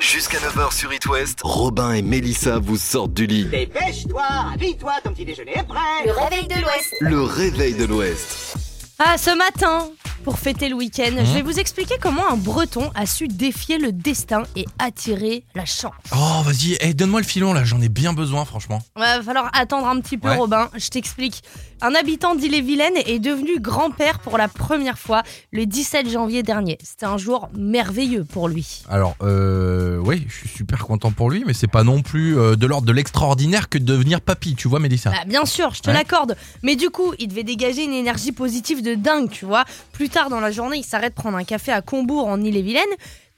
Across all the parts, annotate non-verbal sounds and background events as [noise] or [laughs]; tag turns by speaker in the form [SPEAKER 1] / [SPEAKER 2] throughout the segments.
[SPEAKER 1] Jusqu'à 9h sur It West, Robin et Mélissa vous sortent du lit.
[SPEAKER 2] Dépêche-toi, habille-toi, ton petit déjeuner est prêt.
[SPEAKER 3] Le réveil de l'Ouest.
[SPEAKER 1] Le réveil de l'Ouest.
[SPEAKER 4] Ah, ce matin, pour fêter le week-end, je
[SPEAKER 5] Mhm.
[SPEAKER 4] vais vous expliquer comment un breton a su défier le destin et attirer la chance.
[SPEAKER 5] Oh, vas-y, eh, donne-moi le filon là, j'en ai bien besoin, franchement.
[SPEAKER 4] Va falloir attendre un petit peu,
[SPEAKER 5] Ouais.
[SPEAKER 4] Robin, je t'explique. Un habitant d'Ille-et-Vilaine est devenu grand-père pour la première fois le 17 janvier dernier. C'était un jour merveilleux pour lui.
[SPEAKER 5] Alors, euh, oui, je suis super content pour lui, mais c'est pas non plus euh, de l'ordre de l'extraordinaire que de devenir papy, tu vois, Mélissa.
[SPEAKER 4] Bah, bien sûr, je te
[SPEAKER 5] Ouais.
[SPEAKER 4] l'accorde. Mais du coup, il devait dégager une énergie positive de dingue, tu vois. Plus tard dans la journée, il s'arrête prendre un café à Combourg en Ille-et-Vilaine.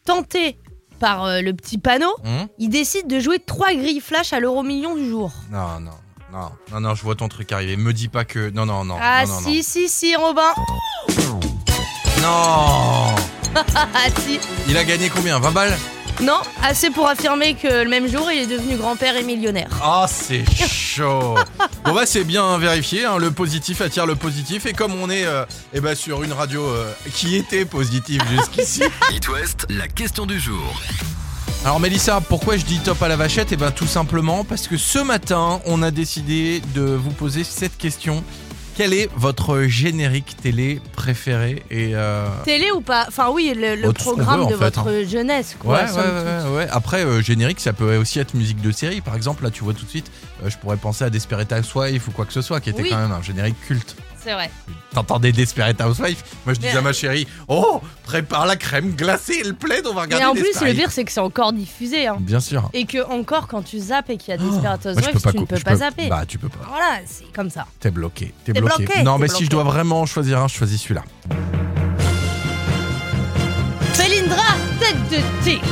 [SPEAKER 4] Tenté par euh, le petit panneau,
[SPEAKER 5] Hum
[SPEAKER 4] il décide de jouer trois grilles flash à l'euro million du jour.
[SPEAKER 5] non, non, non, non, non, je vois ton truc arriver. Me dis pas que. Non, non, non.
[SPEAKER 4] ah
[SPEAKER 5] non, non,
[SPEAKER 4] si, si, si, Robin. [laughs]
[SPEAKER 5] non. Non
[SPEAKER 4] Ah si.
[SPEAKER 5] Il a gagné combien 20 balles
[SPEAKER 4] Non, assez pour affirmer que le même jour, il est devenu grand-père et millionnaire.
[SPEAKER 5] Ah, c'est chaud
[SPEAKER 4] [laughs]
[SPEAKER 5] Bon, bah, c'est bien vérifié, hein, le positif attire le positif, et comme on est euh, eh ben, sur une radio euh, qui était positive jusqu'ici.
[SPEAKER 1] It West, la question du jour.
[SPEAKER 5] Alors Mélissa, pourquoi je dis top à la vachette Eh ben tout simplement parce que ce matin, on a décidé de vous poser cette question. Quel est votre générique télé préféré et euh,
[SPEAKER 4] Télé ou pas Enfin oui, le, le
[SPEAKER 5] Oh, tout ce qu'on
[SPEAKER 4] programme
[SPEAKER 5] veut, en
[SPEAKER 4] de
[SPEAKER 5] fait,
[SPEAKER 4] votre jeunesse, quoi.
[SPEAKER 5] ouais, ouais,
[SPEAKER 4] somme toute.
[SPEAKER 5] ouais, ouais. Après, euh, générique, ça peut aussi être musique de série. Par exemple, là, tu vois tout de suite, euh, je pourrais penser à Desperate Housewife ou quoi que ce soit, qui était
[SPEAKER 4] Oui.
[SPEAKER 5] quand même un générique culte.
[SPEAKER 4] C'est vrai.
[SPEAKER 5] T'entendais Desperate Housewife Moi, je
[SPEAKER 4] Mais- euh,
[SPEAKER 5] disais à ma chérie, oh, prépare la crème glacée et le plaid, on va regarder
[SPEAKER 4] Mais en plus, le
[SPEAKER 5] Desperate.
[SPEAKER 4] pire, c'est que c'est encore diffusé. hein.
[SPEAKER 5] Bien sûr.
[SPEAKER 4] Et que encore, quand tu zappes et qu'il y a Desperate
[SPEAKER 5] Moi, Oh, je peux
[SPEAKER 4] Housewives,
[SPEAKER 5] pas
[SPEAKER 4] tu ne
[SPEAKER 5] cou-
[SPEAKER 4] peux
[SPEAKER 5] je
[SPEAKER 4] pas
[SPEAKER 5] peux-
[SPEAKER 4] zapper.
[SPEAKER 5] Bah, tu peux pas.
[SPEAKER 4] Voilà, c'est comme ça.
[SPEAKER 5] T'es bloqué, t'es
[SPEAKER 4] T'es
[SPEAKER 5] bloqué.
[SPEAKER 4] bloqué,
[SPEAKER 5] Non,
[SPEAKER 4] t'es
[SPEAKER 5] mais
[SPEAKER 4] bloqué.
[SPEAKER 5] si je dois vraiment en choisir un, je choisis celui-là.
[SPEAKER 4] Felindra, tête de tigre.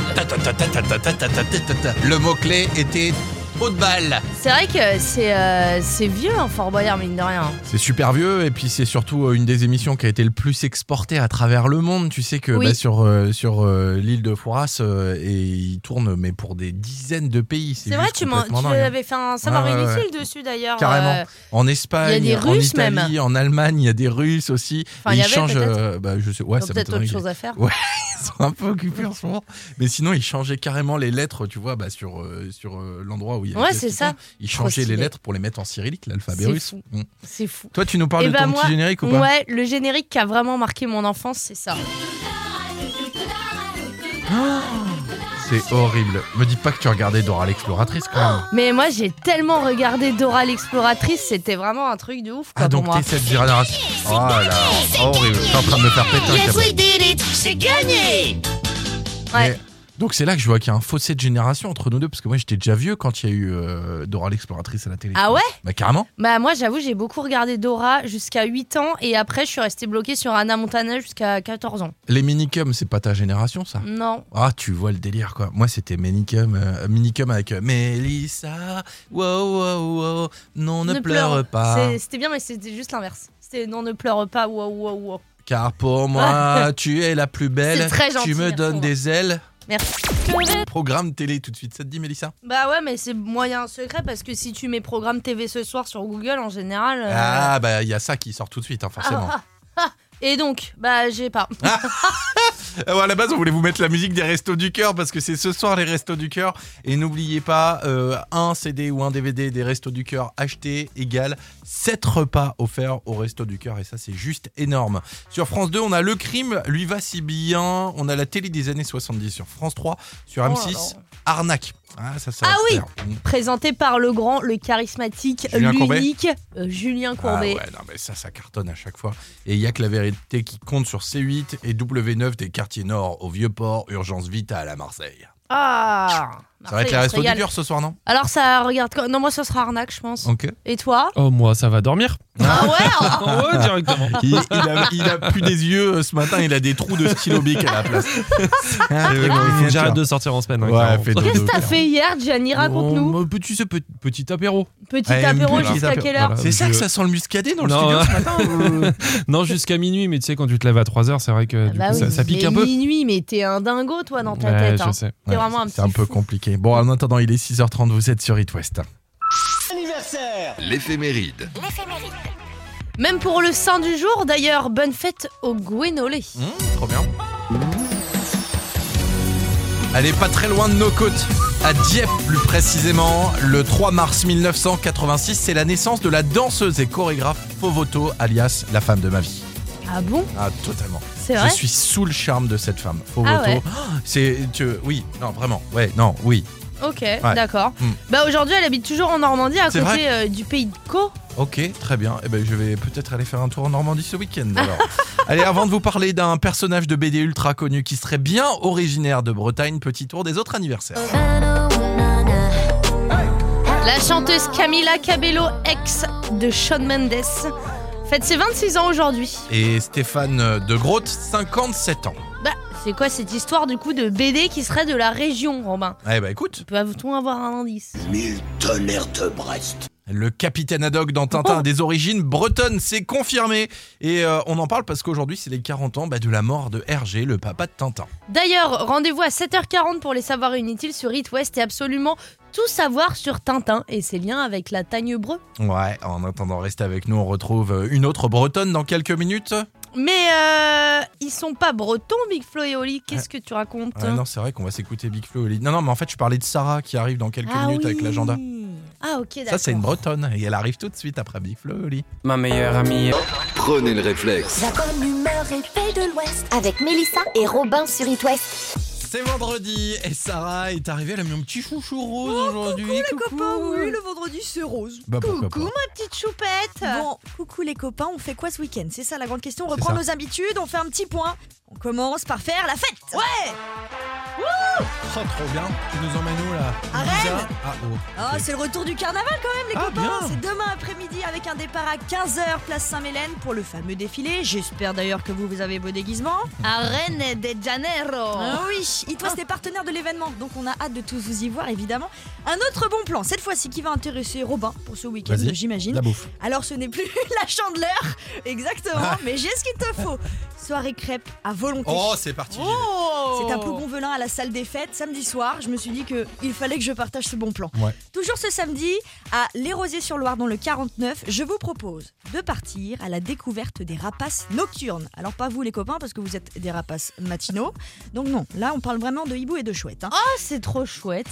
[SPEAKER 5] Le mot-clé était haut de balle.
[SPEAKER 4] C'est vrai que c'est euh, c'est vieux, hein, Fort Boyard, mine de rien.
[SPEAKER 5] C'est super vieux, et puis c'est surtout euh, une des émissions qui a été le plus exportée à travers le monde. Tu sais que
[SPEAKER 4] Oui.
[SPEAKER 5] bah, sur, euh, sur euh, l'île de Fouras, euh, et ils tournent mais pour des dizaines de pays.
[SPEAKER 4] C'est vrai,
[SPEAKER 5] juste
[SPEAKER 4] tu m'en- tu
[SPEAKER 5] complètement dingue.
[SPEAKER 4] avais fait un savoir
[SPEAKER 5] Ouais, ouais, ouais.
[SPEAKER 4] inutile dessus d'ailleurs. euh,
[SPEAKER 5] Carrément. En Espagne,
[SPEAKER 4] Il y a des
[SPEAKER 5] en
[SPEAKER 4] Russes,
[SPEAKER 5] Italie,
[SPEAKER 4] même.
[SPEAKER 5] en Allemagne, il y a des Russes aussi.
[SPEAKER 4] Enfin, il y
[SPEAKER 5] Et ils
[SPEAKER 4] avait
[SPEAKER 5] changent.
[SPEAKER 4] peut-être.
[SPEAKER 5] euh, bah, je sais, ouais,
[SPEAKER 4] ils ont
[SPEAKER 5] ça
[SPEAKER 4] peut-être
[SPEAKER 5] m'étonnerait
[SPEAKER 4] autre
[SPEAKER 5] qu'ils-
[SPEAKER 4] chose à faire.
[SPEAKER 5] Ils sont [laughs] un peu occupés en ce moment. Mais sinon, ils changeaient carrément les lettres, tu vois, bah, sur, euh, sur euh, l'endroit où il y avait
[SPEAKER 4] Ouais,
[SPEAKER 5] Gaston.
[SPEAKER 4] c'est ça.
[SPEAKER 5] Ils
[SPEAKER 4] Trop
[SPEAKER 5] changeaient les
[SPEAKER 4] stylé.
[SPEAKER 5] lettres pour les mettre en cyrillique, l'alphabet
[SPEAKER 4] C'est
[SPEAKER 5] russe.
[SPEAKER 4] fou.
[SPEAKER 5] Mm.
[SPEAKER 4] C'est fou.
[SPEAKER 5] Toi, tu nous parles
[SPEAKER 4] Eh
[SPEAKER 5] de
[SPEAKER 4] ben,
[SPEAKER 5] ton
[SPEAKER 4] moi,
[SPEAKER 5] petit générique ou pas
[SPEAKER 4] Ouais, le générique qui a vraiment marqué mon enfance, c'est ça.
[SPEAKER 5] C'est horrible. Me dis pas que tu regardais Dora l'exploratrice quand même.
[SPEAKER 4] Mais moi, j'ai tellement regardé Dora l'exploratrice, c'était vraiment un truc de ouf quoi,
[SPEAKER 5] Ah, donc
[SPEAKER 4] pour moi.
[SPEAKER 5] t'es cette génération. Oh là, horrible. T'es en train de me faire péter un câble.
[SPEAKER 4] Ouais.
[SPEAKER 5] Mais- Donc c'est là que je vois qu'il y a un fossé de génération entre nous deux, parce que moi j'étais déjà vieux quand il y a eu euh, Dora l'exploratrice à la télé.
[SPEAKER 4] Ah ouais
[SPEAKER 5] Bah carrément.
[SPEAKER 4] Bah moi, j'avoue, j'ai beaucoup regardé Dora jusqu'à 8 ans et après, je suis restée bloquée sur Anna Montana jusqu'à 14 ans.
[SPEAKER 5] Les minicums, c'est pas ta génération ça
[SPEAKER 4] Non.
[SPEAKER 5] Ah, tu vois le délire, quoi. Moi, c'était Minicum, euh, Minicum avec euh, Mélissa. Wow, wow, wow. Non, ne, pleure, pas.
[SPEAKER 4] C'est- C'était bien, mais c'était juste l'inverse. C'était non, ne pleure pas, wow, wow, wow.
[SPEAKER 5] Car
[SPEAKER 4] [laughs]
[SPEAKER 5] pour moi, tu es la plus belle.
[SPEAKER 4] C'est très gentil, hein,
[SPEAKER 5] tu me
[SPEAKER 4] merci,
[SPEAKER 5] donnes
[SPEAKER 4] au
[SPEAKER 5] des ailes.
[SPEAKER 4] Merci.
[SPEAKER 5] Programme télé tout de suite. Ça te dit, Mélissa
[SPEAKER 4] Bah ouais, mais c'est moyen secret parce que si tu mets programme TV ce soir sur Google, en général... euh,
[SPEAKER 5] Ah, bah, il y a ça qui sort tout de suite, hein, forcément.
[SPEAKER 4] ah, ah, ah. Et donc, bah j'ai pas.
[SPEAKER 5] Ah ouais, à la base, on voulait vous mettre la musique des Restos du Cœur parce que c'est ce soir les Restos du Cœur. Et n'oubliez pas, euh, un CD ou un DVD des Restos du Cœur acheté égale 7 repas offerts aux Restos du Cœur. Et ça, c'est juste énorme. Sur France 2, on a Le Crime, Lui va si bien. On a la télé des années 70. Sur France 3, sur
[SPEAKER 4] Oh là
[SPEAKER 5] M6,
[SPEAKER 4] là.
[SPEAKER 5] Arnaque. Ah, ça, ça
[SPEAKER 4] Ah
[SPEAKER 5] va se
[SPEAKER 4] oui.
[SPEAKER 5] faire. Mm.
[SPEAKER 4] Présenté par le grand, le charismatique,
[SPEAKER 5] Julien Courbet.
[SPEAKER 4] l'unique euh, Julien
[SPEAKER 5] Ah
[SPEAKER 4] Courbet.
[SPEAKER 5] ouais, non mais ça, ça cartonne à chaque fois. Et il y a que la vérité qui compte sur C8 et W9 des quartiers nord au Vieux-Port, Urgence Vitale à Marseille.
[SPEAKER 4] Ah
[SPEAKER 5] Ça va
[SPEAKER 4] Marseille, on
[SPEAKER 5] être les
[SPEAKER 4] se
[SPEAKER 5] restos du
[SPEAKER 4] régale.
[SPEAKER 5] cœur ce soir, non
[SPEAKER 4] Alors ça regarde quoi Non moi ça sera arnaque je pense.
[SPEAKER 5] Ok.
[SPEAKER 4] Et toi
[SPEAKER 6] Oh, moi, ça va dormir.
[SPEAKER 4] Ah ouais oh.
[SPEAKER 6] [laughs] ouais, directement.
[SPEAKER 5] Il, il a, il a plus des yeux euh, ce matin, il a des trous de stylo bic à la place. Eh
[SPEAKER 6] Faut que Ah, j'arrête de sortir en semaine. hein,
[SPEAKER 5] Ouais,
[SPEAKER 6] clairement.
[SPEAKER 5] fais dodo.
[SPEAKER 4] Qu'est-ce que t'as fait hier Gianni Raconte-nous.
[SPEAKER 6] Oh, bah, petit, ce pe- petit apéro.
[SPEAKER 4] Petit
[SPEAKER 5] Ah,
[SPEAKER 4] apéro
[SPEAKER 5] voilà.
[SPEAKER 4] jusqu'à quelle heure
[SPEAKER 6] Voilà.
[SPEAKER 5] C'est ça
[SPEAKER 6] Je-
[SPEAKER 5] que ça sent le muscadet dans le
[SPEAKER 6] Non,
[SPEAKER 5] studio
[SPEAKER 6] ouais.
[SPEAKER 5] ce matin
[SPEAKER 6] Non, jusqu'à minuit, mais tu sais, quand tu te lèves à 3h, c'est vrai que
[SPEAKER 4] Ah
[SPEAKER 6] du
[SPEAKER 4] bah
[SPEAKER 6] coup, ça,
[SPEAKER 4] oui.
[SPEAKER 6] ça pique
[SPEAKER 4] Mais
[SPEAKER 6] un peu.
[SPEAKER 4] minuit mais t'es un dingo toi dans ta
[SPEAKER 6] Ouais,
[SPEAKER 4] tête.
[SPEAKER 6] je
[SPEAKER 4] hein.
[SPEAKER 6] sais.
[SPEAKER 4] T'es vraiment un
[SPEAKER 5] C'est un
[SPEAKER 4] petit
[SPEAKER 5] peu
[SPEAKER 4] fou.
[SPEAKER 5] compliqué. Bon, en attendant, il est 6h30, vous êtes sur It West.
[SPEAKER 2] Anniversaire
[SPEAKER 1] L'éphéméride.
[SPEAKER 3] L'éphéméride.
[SPEAKER 4] Même pour le saint du jour d'ailleurs,
[SPEAKER 5] Mm. Mmh,
[SPEAKER 4] bonne fête au Gwenolé.
[SPEAKER 5] trop bien. Elle est pas très loin de nos côtes, à Dieppe plus précisément. Le 3 mars 1986, c'est la naissance de la danseuse et chorégraphe Fovoto, alias la femme de ma vie.
[SPEAKER 4] Ah bon
[SPEAKER 5] Ah, totalement.
[SPEAKER 4] C'est
[SPEAKER 5] Je
[SPEAKER 4] vrai
[SPEAKER 5] suis sous le charme de cette femme. Fovoto.
[SPEAKER 4] Ah ouais.
[SPEAKER 5] Oh, C'est. tu- oui, non, vraiment. Ouais, non, oui.
[SPEAKER 4] Ok, d'accord.
[SPEAKER 5] Hmm.
[SPEAKER 4] Bah aujourd'hui, elle habite toujours en Normandie, à
[SPEAKER 5] C'est
[SPEAKER 4] côté euh, du pays de Caux.
[SPEAKER 5] Ok, très bien. Eh ben, je vais peut-être aller faire un tour en Normandie ce week-end.
[SPEAKER 4] [laughs]
[SPEAKER 5] Alors. Allez, avant de vous parler d'un personnage de BD ultra connu qui serait bien originaire de Bretagne, petit tour des autres anniversaires.
[SPEAKER 4] La chanteuse Camila Cabello, ex de Shawn Mendes, fête ses 26 ans aujourd'hui.
[SPEAKER 5] Et Stéphane de Grotte, 57 ans.
[SPEAKER 4] Bah, c'est quoi cette histoire du coup de BD qui serait de la région, Robin
[SPEAKER 5] Eh ben, écoute,
[SPEAKER 4] Peut-on avoir un indice
[SPEAKER 2] Mille tonnerres de Brest.
[SPEAKER 5] le capitaine Haddock dans
[SPEAKER 4] Oh.
[SPEAKER 5] Tintin a des origines bretonnes, c'est confirmé. Et euh, on en parle parce qu'aujourd'hui, c'est les 40 ans bah, de la mort de Hergé, le papa de Tintin.
[SPEAKER 4] D'ailleurs, rendez-vous à 7h40 pour les savoirs inutiles sur It West et absolument tout savoir sur Tintin et ses liens avec la Tagne-Breu.
[SPEAKER 5] Ouais, en attendant, restez avec nous, on retrouve euh, une autre bretonne dans quelques minutes.
[SPEAKER 4] Mais euh, ils sont pas bretons, Big Flo et Oli, qu'est-ce que tu racontes hein
[SPEAKER 5] Ouais, Ah non, c'est vrai qu'on va s'écouter Big Flo. et Oli. Non, non, mais en fait, je parlais de Sarah qui arrive dans quelques
[SPEAKER 4] Ah
[SPEAKER 5] minutes avec
[SPEAKER 4] oui.
[SPEAKER 5] l'agenda.
[SPEAKER 4] Ah ok, d'accord.
[SPEAKER 5] Ça, c'est une bretonne et elle arrive tout de suite après Big Flo. et Oli.
[SPEAKER 3] Ma meilleure amie.
[SPEAKER 1] Prenez le réflexe.
[SPEAKER 7] La bonne humeur et paix de l'Ouest avec Mélissa et Robin sur It West.
[SPEAKER 5] C'est vendredi et Sarah est arrivée, elle a mis un petit chouchou rose aujourd'hui. Coucou.
[SPEAKER 8] le vendredi c'est rose.
[SPEAKER 5] Bah, pourquoi
[SPEAKER 4] Coucou
[SPEAKER 5] pas.
[SPEAKER 4] ma petite choupette
[SPEAKER 8] Bon, coucou les copains, on fait quoi ce week-end C'est ça la grande question. On
[SPEAKER 5] C'est
[SPEAKER 8] reprend
[SPEAKER 5] ça.
[SPEAKER 8] nos habitudes, on fait un petit point. On commence par faire la fête.
[SPEAKER 5] Oh, trop bien. Tu nous emmènes où là
[SPEAKER 8] À
[SPEAKER 5] Ibiza
[SPEAKER 8] Rennes.
[SPEAKER 5] Ah, oh.
[SPEAKER 8] Oh,
[SPEAKER 5] Ok.
[SPEAKER 8] c'est le retour du carnaval quand même les
[SPEAKER 5] Ah,
[SPEAKER 8] copains.
[SPEAKER 5] bien.
[SPEAKER 8] C'est demain après-midi avec un départ à 15h place Saint-Mélène pour le fameux défilé. J'espère d'ailleurs que vous vous avez beau déguisement.
[SPEAKER 5] Oh.
[SPEAKER 4] À Rennes de Janeiro
[SPEAKER 8] Ah oui, Itwest est partenaire de l'événement, donc on a hâte de tous vous y voir évidemment. Un autre bon plan, cette fois-ci qui va intéresser Robin pour ce week-end,
[SPEAKER 5] Vas-y.
[SPEAKER 8] j'imagine.
[SPEAKER 5] La bouffe.
[SPEAKER 8] Alors ce n'est plus [laughs] la chandeleur, exactement, mais j'ai ce qu'il te faut. Soirée crêpe à volonté.
[SPEAKER 5] Ah. Oh, c'est parti. j'y vais.
[SPEAKER 8] C'est un
[SPEAKER 4] Oh.
[SPEAKER 8] bon velin à la salle des fêtes. Samedi soir, je me suis dit que il fallait que je partage ce bon plan.
[SPEAKER 5] Ouais.
[SPEAKER 8] Toujours ce samedi, à Les Rosiers-sur-Loire, dans le 49, je vous propose de partir à la découverte des rapaces nocturnes. Alors, pas vous les copains, parce que vous êtes des rapaces matinaux. Donc, non, là, on parle vraiment de hibou et de chouette. hein.
[SPEAKER 4] Ah, c'est trop chouette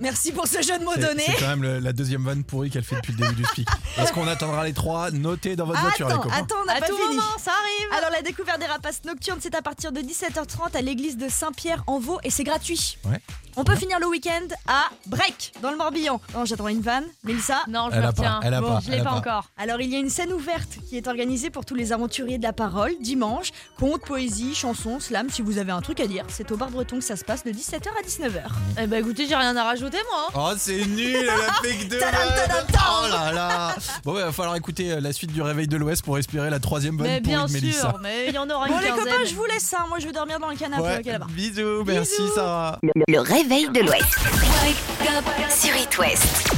[SPEAKER 8] Merci pour ce jeu de
[SPEAKER 5] Oh.
[SPEAKER 8] mots
[SPEAKER 5] C'est-
[SPEAKER 8] donné.
[SPEAKER 5] C'est quand même le- la deuxième vanne pourrie qu'elle fait depuis le début du speak. Est-ce qu'on attendra les trois Notez dans votre voiture, les
[SPEAKER 8] Attends,
[SPEAKER 5] copains.
[SPEAKER 8] attends, on n'a
[SPEAKER 4] À
[SPEAKER 8] pas
[SPEAKER 4] tout
[SPEAKER 8] fini.
[SPEAKER 4] moment, ça arrive
[SPEAKER 8] Alors, la découverte des rapaces nocturnes, c'est à partir de 17h30 à l'église de Saint-Pierre en Vaud et c'est gratuit.
[SPEAKER 5] Ouais.
[SPEAKER 8] On peut finir le week-end à Break, dans le Morbihan. Non, j'attends une vanne. Mélissa,
[SPEAKER 4] Non, je
[SPEAKER 5] Elle
[SPEAKER 4] le
[SPEAKER 5] a pas,
[SPEAKER 4] retiens.
[SPEAKER 5] elle a
[SPEAKER 4] Bon,
[SPEAKER 5] pas,
[SPEAKER 4] je l'ai
[SPEAKER 5] elle a
[SPEAKER 4] pas,
[SPEAKER 5] pas.
[SPEAKER 4] encore.
[SPEAKER 8] Alors il y a une scène ouverte qui est organisée pour tous les aventuriers de la parole, dimanche, contes, poésie, chansons, slam, si vous avez un truc à dire, c'est au bar breton que ça se passe de 17h à 19h.
[SPEAKER 4] Eh bah écoutez, j'ai rien à rajouter moi. hein.
[SPEAKER 5] Oh, c'est nul, elle a fait que deux
[SPEAKER 8] Tadam,
[SPEAKER 5] vannes.
[SPEAKER 8] tadam,
[SPEAKER 5] Oh là là Bon, ouais, va falloir écouter euh, la suite du Réveil de l'Ouest pour respirer la troisième bonne
[SPEAKER 4] Mais bien
[SPEAKER 5] de
[SPEAKER 4] sûr,
[SPEAKER 5] Mélissa.
[SPEAKER 4] mais il y en aura
[SPEAKER 8] Bon
[SPEAKER 4] une
[SPEAKER 8] les
[SPEAKER 4] quinzaine.
[SPEAKER 8] copains, je vous laisse hein, moi je vais dormir dans le canapé
[SPEAKER 5] Ouais,
[SPEAKER 8] ok, là-bas.
[SPEAKER 5] Bisous, merci Sarah.
[SPEAKER 7] Le, le réveil de l'Ouest. Sur It West.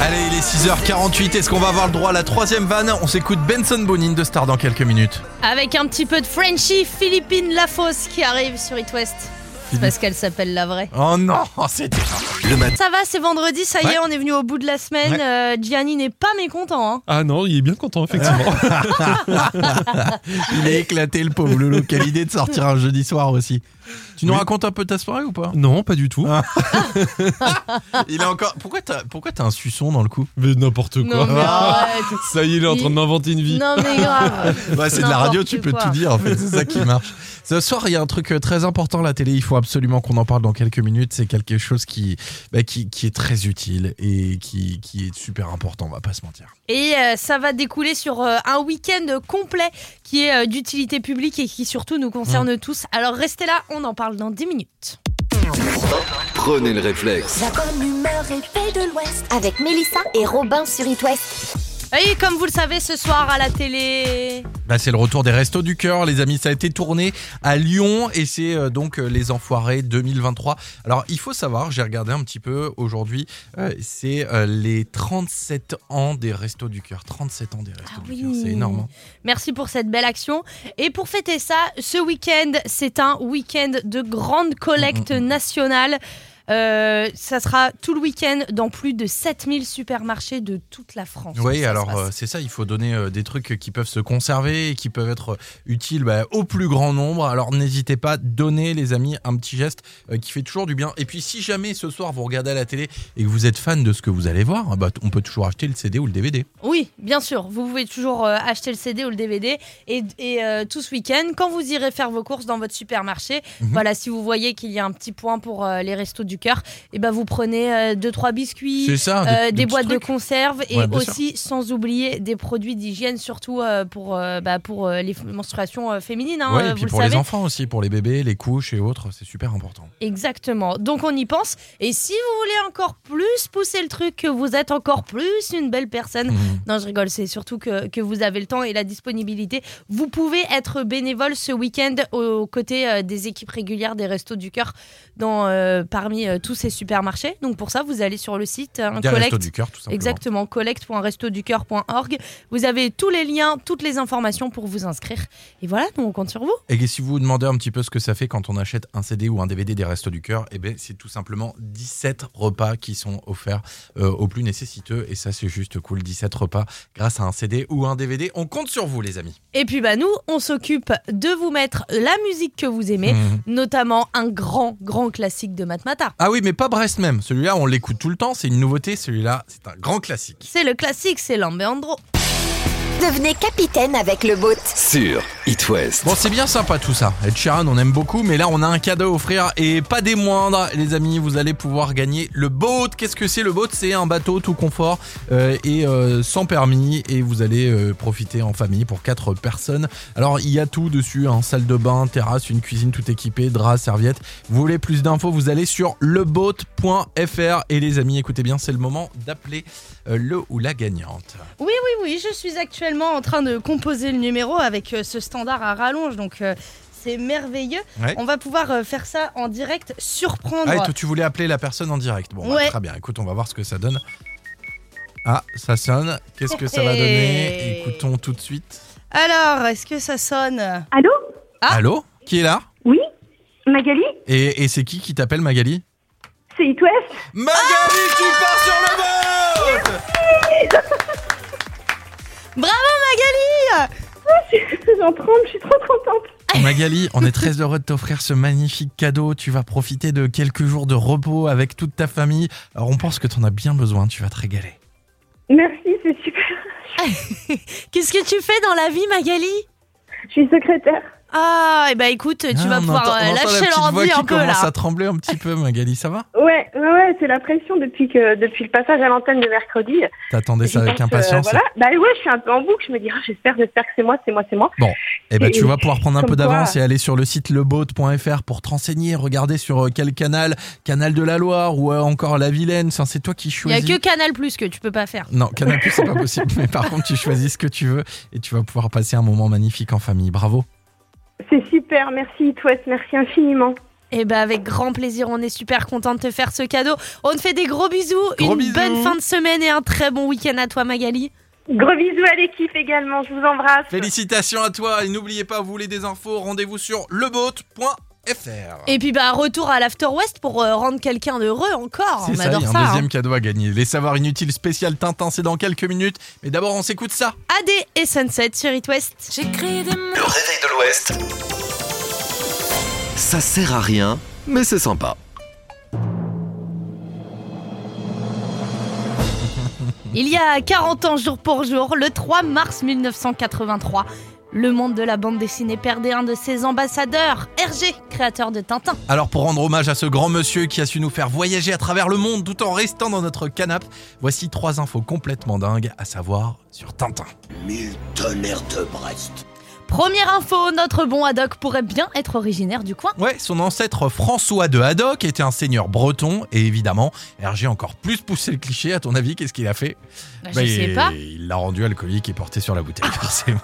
[SPEAKER 5] Allez, il est 6h48, est-ce qu'on va avoir le droit à la troisième vanne On s'écoute Benson Bonin de Star dans quelques minutes.
[SPEAKER 4] Avec un petit peu de Frenchie, Philippine Lafosse qui arrive sur It West. C'est parce qu'elle s'appelle la vraie.
[SPEAKER 5] Oh non, [laughs] c'était...
[SPEAKER 1] Le matin,
[SPEAKER 4] Ça va, c'est vendredi, ça y
[SPEAKER 5] Ouais.
[SPEAKER 4] est, on est venu au bout de la semaine. Euh, Gianni n'est pas mécontent. Hein.
[SPEAKER 6] Ah non, il est bien content, effectivement.
[SPEAKER 4] Ah.
[SPEAKER 5] Il a éclaté le pauvre Loulou, quelle idée de sortir un jeudi soir aussi. Tu nous racontes un peu ta soirée ou pas
[SPEAKER 6] [laughs] non, pas du tout.
[SPEAKER 5] Ah. Il a encore... Pourquoi t'as pourquoi t'as un suçon dans le cou
[SPEAKER 6] Mais n'importe
[SPEAKER 4] Non
[SPEAKER 6] quoi.
[SPEAKER 5] [laughs]
[SPEAKER 4] mais ah, arrête.
[SPEAKER 6] Ça y est, [laughs] il est en train de m'inventer une vie.
[SPEAKER 4] Non mais grave.
[SPEAKER 5] Ouais, c'est de la
[SPEAKER 4] N'importe
[SPEAKER 5] radio, tu peux
[SPEAKER 4] quoi.
[SPEAKER 5] tout dire en fait, c'est ça qui marche. Ce soir, il y a un truc euh, très important à la télé, il faut absolument qu'on en parle dans quelques minutes, c'est quelque chose qui, bah, qui, qui est très utile et qui, qui est super important, on va pas se mentir.
[SPEAKER 4] Et euh, ça va découler sur euh, un week-end complet qui est euh, d'utilité publique et qui surtout nous concerne tous. Alors restez là, on en parle dans 10 minutes.
[SPEAKER 1] prenez le réflexe.
[SPEAKER 7] La bonne humeur et paix de l'Ouest avec Mélissa et Robin sur It West.
[SPEAKER 4] Et comme vous le savez, ce soir à la télé...
[SPEAKER 5] Bah, c'est le retour des Restos du Cœur, les amis, ça a été tourné à Lyon et c'est euh, donc euh, les Enfoirés 2023. Alors, il faut savoir, j'ai regardé un petit peu aujourd'hui, euh, c'est euh, les 37 ans des Restos du Cœur. 37 ans des Restos
[SPEAKER 4] Ah
[SPEAKER 5] du
[SPEAKER 4] oui.
[SPEAKER 5] Cœur, c'est énorme. hein.
[SPEAKER 4] Merci pour cette belle action. Et pour
[SPEAKER 5] Mm,
[SPEAKER 4] fêter ça, ce week-end, c'est un week-end de grande collecte nationale. Euh, ça sera tout le week-end dans plus de 7000 supermarchés de toute la France. que
[SPEAKER 5] Oui,
[SPEAKER 4] ça se
[SPEAKER 5] alors
[SPEAKER 4] passe.
[SPEAKER 5] euh, c'est ça, il faut donner euh, des trucs qui peuvent se conserver et qui peuvent être euh, utiles bah, au plus grand nombre. Alors n'hésitez pas, donnez les amis un petit geste euh, qui fait toujours du bien. Et puis si jamais ce soir vous regardez à la télé et que vous êtes fan de ce que vous allez voir, bah, t- on peut toujours acheter le CD ou le DVD.
[SPEAKER 4] Oui, bien sûr, vous pouvez toujours euh, acheter le CD ou le DVD et, et, euh, tout ce week-end, quand vous irez faire vos courses dans votre supermarché,
[SPEAKER 5] Mhm.
[SPEAKER 4] voilà, si vous voyez qu'il y a un petit point pour euh, les restos du cœur, et ben vous prenez euh, deux trois biscuits,
[SPEAKER 5] C'est ça,
[SPEAKER 4] Euh, des
[SPEAKER 5] petits
[SPEAKER 4] boîtes de
[SPEAKER 5] trucs.
[SPEAKER 4] conserve et
[SPEAKER 5] Ouais, bien sûr.
[SPEAKER 4] aussi sans oublier des produits d'hygiène surtout euh, pour euh, bah, pour euh, les f- menstruations euh, féminines hein,
[SPEAKER 5] Ouais,
[SPEAKER 4] euh,
[SPEAKER 5] et
[SPEAKER 4] vous
[SPEAKER 5] puis
[SPEAKER 4] le
[SPEAKER 5] pour les
[SPEAKER 4] savez
[SPEAKER 5] enfants aussi, pour les bébés, les couches et autres, c'est super important.
[SPEAKER 4] exactement donc on y pense et si vous voulez encore plus pousser le truc que vous êtes encore plus une belle personne
[SPEAKER 5] Mhm.
[SPEAKER 4] non, je rigole, c'est surtout que, que vous avez le temps et la disponibilité. Vous pouvez être bénévole ce week-end aux côtés euh, des équipes régulières des Restos du Cœur dans, euh, parmi euh, tous ces supermarchés. Donc pour ça, vous allez sur le site hein,
[SPEAKER 5] Des restos
[SPEAKER 4] collecte.
[SPEAKER 5] du cœur, tout simplement.
[SPEAKER 4] Exactement, collecte.restoducœur.org. Vous avez tous les liens, toutes les informations pour vous inscrire. Et voilà, nous on compte sur vous.
[SPEAKER 5] Et si vous vous demandez un petit peu ce que ça fait quand on achète un CD ou un DVD des Restos du Cœur, eh ben, c'est tout simplement 17 repas qui sont offerts euh, aux plus nécessiteux. Et ça, c'est juste cool. 17 repas grâce à un CD ou un DVD. On compte sur vous, les amis.
[SPEAKER 4] Et puis bah nous, on s'occupe de vous mettre la musique que vous aimez,
[SPEAKER 5] Mhm.
[SPEAKER 4] notamment un grand, grand classique de Matmata.
[SPEAKER 5] Ah oui, mais pas Brest même. Celui-là, on l'écoute tout le temps. C'est une nouveauté. Celui-là, c'est un grand classique.
[SPEAKER 4] C'est le classique, c'est l'Ambeandro.
[SPEAKER 7] Devenez capitaine avec le boat.
[SPEAKER 1] Sur It West.
[SPEAKER 5] Bon, c'est bien sympa tout ça. Ed Sheeran, on aime beaucoup, mais là, on a un cadeau à offrir et pas des moindres, les amis. Vous allez pouvoir gagner le boat. Qu'est-ce que c'est le boat C'est un bateau tout confort euh, et euh, sans permis et vous allez euh, profiter en famille pour quatre personnes. Alors, il y a tout dessus hein, salle de bain, terrasse, une cuisine tout équipée, draps, serviettes. Vous voulez plus d'infos Vous allez sur leboat.fr et les amis, écoutez bien, c'est le moment d'appeler euh, le ou la gagnante.
[SPEAKER 4] Oui, je suis actuellement en train de composer le numéro avec euh, ce standard à rallonge, donc euh, c'est merveilleux.
[SPEAKER 5] Ouais.
[SPEAKER 4] On va pouvoir euh, faire ça en direct, surprendre.
[SPEAKER 5] Ah, et toi, tu voulais appeler la personne en direct. Bon, bah,
[SPEAKER 4] Ouais.
[SPEAKER 5] très bien. Écoute, on va voir ce que ça donne. Ah, ça sonne. Qu'est-ce que ça va donner
[SPEAKER 4] Hey.
[SPEAKER 5] Écoutons tout de suite.
[SPEAKER 4] Alors, est-ce que ça sonne
[SPEAKER 3] Allô
[SPEAKER 4] Ah.
[SPEAKER 5] Allô Qui est là
[SPEAKER 3] Oui Magali
[SPEAKER 5] Et, et c'est qui qui t'appelle Magali
[SPEAKER 3] C'est It West Ah
[SPEAKER 5] Magali, tu pars sur le boat
[SPEAKER 4] Bravo Magali
[SPEAKER 3] J'en tremble, je Ah, suis trop contente.
[SPEAKER 5] Magali, on est très heureux de t'offrir ce magnifique cadeau. Tu vas profiter de quelques jours de repos avec toute ta famille. Alors, on pense que t'en as bien besoin. Tu vas te régaler.
[SPEAKER 3] Merci, c'est super.
[SPEAKER 4] Qu'est-ce que tu fais dans la vie Magali
[SPEAKER 3] Je suis secrétaire.
[SPEAKER 4] Ah, et bah écoute, tu
[SPEAKER 5] Ah,
[SPEAKER 4] vas
[SPEAKER 5] on
[SPEAKER 4] pouvoir
[SPEAKER 5] entend-
[SPEAKER 4] euh,
[SPEAKER 5] on entend la
[SPEAKER 4] lâcher
[SPEAKER 5] petite voix
[SPEAKER 4] l'ordi
[SPEAKER 5] qui
[SPEAKER 4] un peu
[SPEAKER 5] commence
[SPEAKER 4] là.
[SPEAKER 5] à trembler un petit peu, Magali. Ça va
[SPEAKER 3] Ouais, ouais, ouais, c'est la pression depuis que depuis le passage à l'antenne de mercredi.
[SPEAKER 5] T'attendais ça
[SPEAKER 3] J'y
[SPEAKER 5] avec
[SPEAKER 3] pense, euh,
[SPEAKER 5] impatience.
[SPEAKER 3] voilà. Bah ouais, je suis un peu en boucle. Je me dis, ah, j'espère, j'espère que c'est moi, c'est moi, c'est moi.
[SPEAKER 5] Eh ben,
[SPEAKER 3] Et-
[SPEAKER 5] tu vas pouvoir prendre un
[SPEAKER 3] comme
[SPEAKER 5] peu d'avance
[SPEAKER 3] quoi-
[SPEAKER 5] et aller sur le site leboat.fr pour te renseigner, regarder sur euh, quel canal, canal de la Loire ou euh, encore la Vilaine. Enfin, c'est toi qui
[SPEAKER 4] Il n'y a
[SPEAKER 5] choisis.
[SPEAKER 4] que Canal Plus que tu peux pas faire.
[SPEAKER 5] Non, Canal Plus, c'est pas possible. [laughs] Mais par contre, tu choisis ce que tu veux et tu vas pouvoir passer un moment magnifique en famille. Bravo.
[SPEAKER 3] C'est super. Merci, It West. Merci infiniment.
[SPEAKER 4] Et bah avec grand plaisir, on est super content de te faire ce cadeau. On te fait des gros bisous,
[SPEAKER 5] Gros
[SPEAKER 4] une
[SPEAKER 5] bisous.
[SPEAKER 4] bonne fin de semaine et un très bon week-end à toi Magali.
[SPEAKER 3] Gros bisous à l'équipe également. Je vous embrasse.
[SPEAKER 5] Félicitations à toi et n'oubliez pas, vous voulez des infos, rendez-vous sur leboat.fr.
[SPEAKER 4] Et puis bah retour à l'After West pour euh, rendre quelqu'un heureux encore.
[SPEAKER 5] C'est
[SPEAKER 4] On
[SPEAKER 5] ça, il
[SPEAKER 4] adore
[SPEAKER 5] y a
[SPEAKER 4] ça. hein.
[SPEAKER 5] un deuxième cadeau à gagner. Les savoirs inutiles spécial Tintin, c'est dans quelques minutes. Mais d'abord, on s'écoute ça.
[SPEAKER 4] hein. AD et Sunset sur It West.
[SPEAKER 1] Le réveil de l'Ouest. Ça sert à rien, mais c'est sympa.
[SPEAKER 4] Il y a 40 ans jour pour jour, le 3 mars 1983, le monde de la bande dessinée perdait un de ses ambassadeurs, Hergé, créateur de Tintin.
[SPEAKER 5] Alors pour rendre hommage à ce grand monsieur qui a su nous faire voyager à travers le monde tout en restant dans notre canapé, voici trois infos complètement dingues à savoir sur Tintin.
[SPEAKER 2] Mille tonnerres de Brest.
[SPEAKER 4] Première info, notre bon Haddock pourrait bien être originaire du coin.
[SPEAKER 5] Ouais, son ancêtre François de Haddock était un seigneur breton et évidemment, Hergé a encore plus poussé le cliché. À ton avis, qu'est-ce qu'il a fait
[SPEAKER 4] Bah,
[SPEAKER 5] Bah,
[SPEAKER 4] je sais
[SPEAKER 5] il-
[SPEAKER 4] pas.
[SPEAKER 5] Il l'a rendu alcoolique et porté sur la bouteille, [laughs] forcément.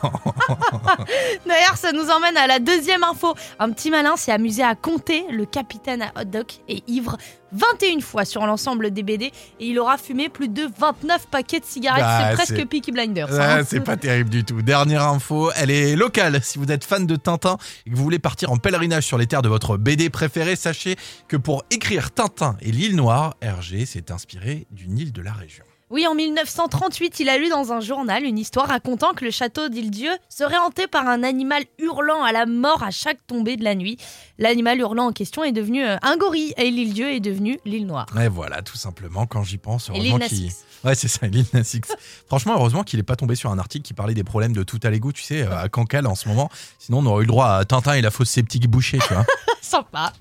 [SPEAKER 4] D'ailleurs, ça nous emmène à la deuxième info. Un petit malin s'est amusé à compter le capitaine à hot dog et ivre 21 fois sur l'ensemble des BD et il aura fumé plus de 29 paquets de cigarettes.
[SPEAKER 5] Bah,
[SPEAKER 4] c'est
[SPEAKER 5] c'est-
[SPEAKER 4] presque Peaky Blinders. hein.
[SPEAKER 5] Ah, C'est pas terrible du tout. Dernière info, elle est locale. locale. Si vous êtes fan de Tintin et que vous voulez partir en pèlerinage sur les terres de votre BD préférée, sachez que pour écrire Tintin et l'île Noire, Hergé s'est inspiré d'une île de la région.
[SPEAKER 4] Oui, en 1938, il a lu dans un journal une histoire racontant que le château d'Île-Dieu serait hanté par un animal hurlant à la mort à chaque tombée de la nuit. L'animal hurlant en question est devenu euh, un gorille et l'Île-Dieu est devenu l'île Noire.
[SPEAKER 5] Et voilà, tout simplement, quand j'y pense,
[SPEAKER 4] Et
[SPEAKER 5] heureusement
[SPEAKER 4] l'île
[SPEAKER 5] qu'il...
[SPEAKER 4] Nassix.
[SPEAKER 5] Ouais, c'est ça, l'île Nassix. [laughs] Franchement, heureusement qu'il n'est pas tombé sur un article qui parlait des problèmes de tout à l'égout, tu sais, euh, à Cancale en ce moment. Sinon, on aurait eu le droit à Tintin et la fausse sceptique bouchée,
[SPEAKER 4] [laughs]
[SPEAKER 5] tu vois.
[SPEAKER 4] [laughs] Sympa.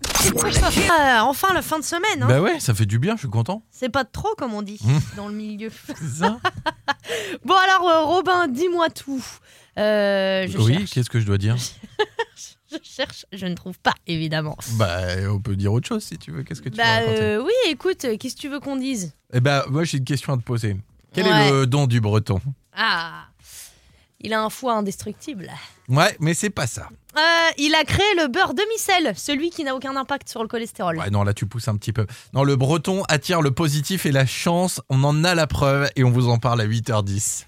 [SPEAKER 4] Euh, enfin, la fin de semaine, hein.
[SPEAKER 5] bah ouais, ça fait du bien, je
[SPEAKER 4] [laughs]
[SPEAKER 5] suis content.
[SPEAKER 4] c'est pas trop comme on dit
[SPEAKER 5] Mmh.
[SPEAKER 4] dans le milieu. [laughs]
[SPEAKER 5] C'est ça
[SPEAKER 4] Bon alors, euh, Robin, dis-moi tout. Euh, je
[SPEAKER 5] Oui,
[SPEAKER 4] cherche,
[SPEAKER 5] qu'est-ce que je dois dire
[SPEAKER 4] je cherche, je ne trouve pas, évidemment.
[SPEAKER 5] Bah, on peut dire autre chose si tu veux. Qu'est-ce que tu
[SPEAKER 4] Bah
[SPEAKER 5] veux raconter
[SPEAKER 4] euh, oui, écoute, euh, qu'est-ce que tu veux qu'on dise
[SPEAKER 5] Eh bah, moi, j'ai une question à te poser. Quel est
[SPEAKER 4] Ouais.
[SPEAKER 5] le don du breton
[SPEAKER 4] Ah, il a un foie indestructible.
[SPEAKER 5] Ouais, mais c'est pas ça.
[SPEAKER 4] Euh, il a créé le beurre demi-sel, celui qui n'a aucun impact sur le cholestérol.
[SPEAKER 5] Ouais, non, là, tu pousses un petit peu. Non, le breton attire le positif et la chance. On en a la preuve et on vous en parle à 8h10.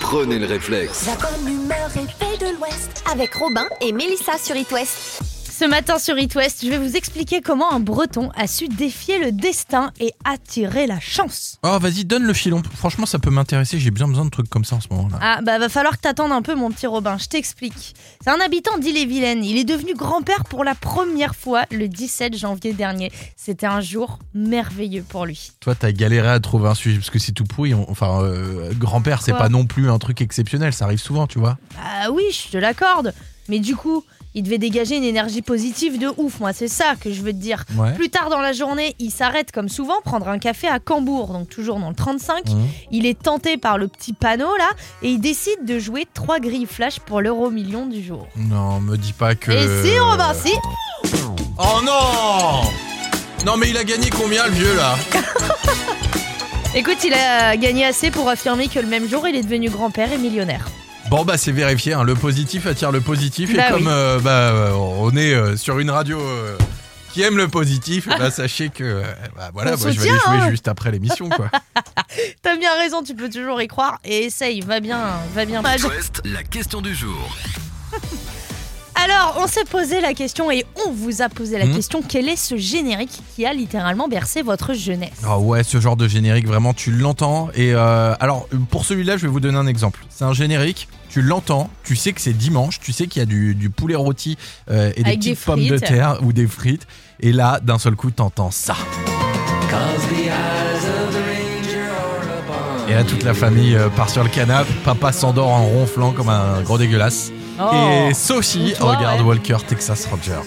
[SPEAKER 1] Prenez le réflexe.
[SPEAKER 7] La bonne humeur et paix de l'Ouest avec Robin et Mélissa sur It West.
[SPEAKER 4] Ce matin sur It West, je vais vous expliquer comment un breton a su défier le destin et attirer la chance.
[SPEAKER 5] Oh, vas-y, donne le filon. Franchement, ça peut m'intéresser. J'ai bien besoin de trucs comme ça en ce moment. là
[SPEAKER 4] Ah bah va falloir que t'attendes un peu mon petit Robin, je t'explique. C'est un habitant d'Ille-et-Vilaine, il est devenu grand-père pour la première fois le 17 janvier dernier. C'était un jour merveilleux pour lui.
[SPEAKER 5] Toi, t'as galéré à trouver un sujet parce que c'est tout pourri. On- Enfin, euh, grand-père, c'est
[SPEAKER 4] Quoi
[SPEAKER 5] pas non plus un truc exceptionnel. Ça arrive souvent, tu vois.
[SPEAKER 4] Ah oui, je te l'accorde, mais du coup, il devait dégager une énergie positive de ouf, moi c'est ça que je veux te dire.
[SPEAKER 5] Ouais.
[SPEAKER 4] Plus tard dans la journée, il s'arrête comme souvent prendre un café à Cambourg, donc toujours dans le 35.
[SPEAKER 5] Mhm.
[SPEAKER 4] Il est tenté par le petit panneau là et il décide de jouer trois grilles flash pour l'euro million du jour.
[SPEAKER 5] Non, me dis pas que.
[SPEAKER 4] Et si Robin, si
[SPEAKER 5] Oh non Non, mais il a gagné combien le vieux là
[SPEAKER 4] Écoute, il a gagné assez pour affirmer que le même jour, il est devenu grand-père et millionnaire.
[SPEAKER 5] Bon bah c'est vérifié, hein. le positif attire le positif et
[SPEAKER 4] Bah
[SPEAKER 5] comme
[SPEAKER 4] oui.
[SPEAKER 5] euh, bah, euh, on est euh, sur une radio euh, qui aime le
[SPEAKER 4] [laughs]
[SPEAKER 5] positif, bah, sachez que euh, bah, voilà,
[SPEAKER 4] On
[SPEAKER 5] moi, je vais
[SPEAKER 4] soutient,
[SPEAKER 5] aller jouer
[SPEAKER 4] hein.
[SPEAKER 5] juste après l'émission quoi.
[SPEAKER 4] T'as bien raison, tu peux toujours y croire et essaye, va bien, va bien.
[SPEAKER 1] It West, la question du jour.
[SPEAKER 4] Alors, on s'est posé la question et on vous a posé la
[SPEAKER 5] Mhm.
[SPEAKER 4] question quel est ce générique qui a littéralement bercé votre jeunesse
[SPEAKER 5] Ah ouais, ce genre de générique vraiment tu l'entends et euh, alors pour celui-là je vais vous donner un exemple. C'est un générique, tu l'entends, tu sais que c'est dimanche, tu sais qu'il y a du, du poulet rôti euh, et des
[SPEAKER 4] Avec
[SPEAKER 5] petites
[SPEAKER 4] des
[SPEAKER 5] pommes de
[SPEAKER 4] frites.
[SPEAKER 5] terre ou des frites et là d'un seul coup t'entends ça. Et là toute la famille euh, part sur le canapé, papa s'endort en ronflant comme un gros dégueulasse
[SPEAKER 4] Oh.
[SPEAKER 5] et Sophie
[SPEAKER 4] Toi,
[SPEAKER 5] regarde
[SPEAKER 4] ouais.
[SPEAKER 5] Walker Texas Ranger.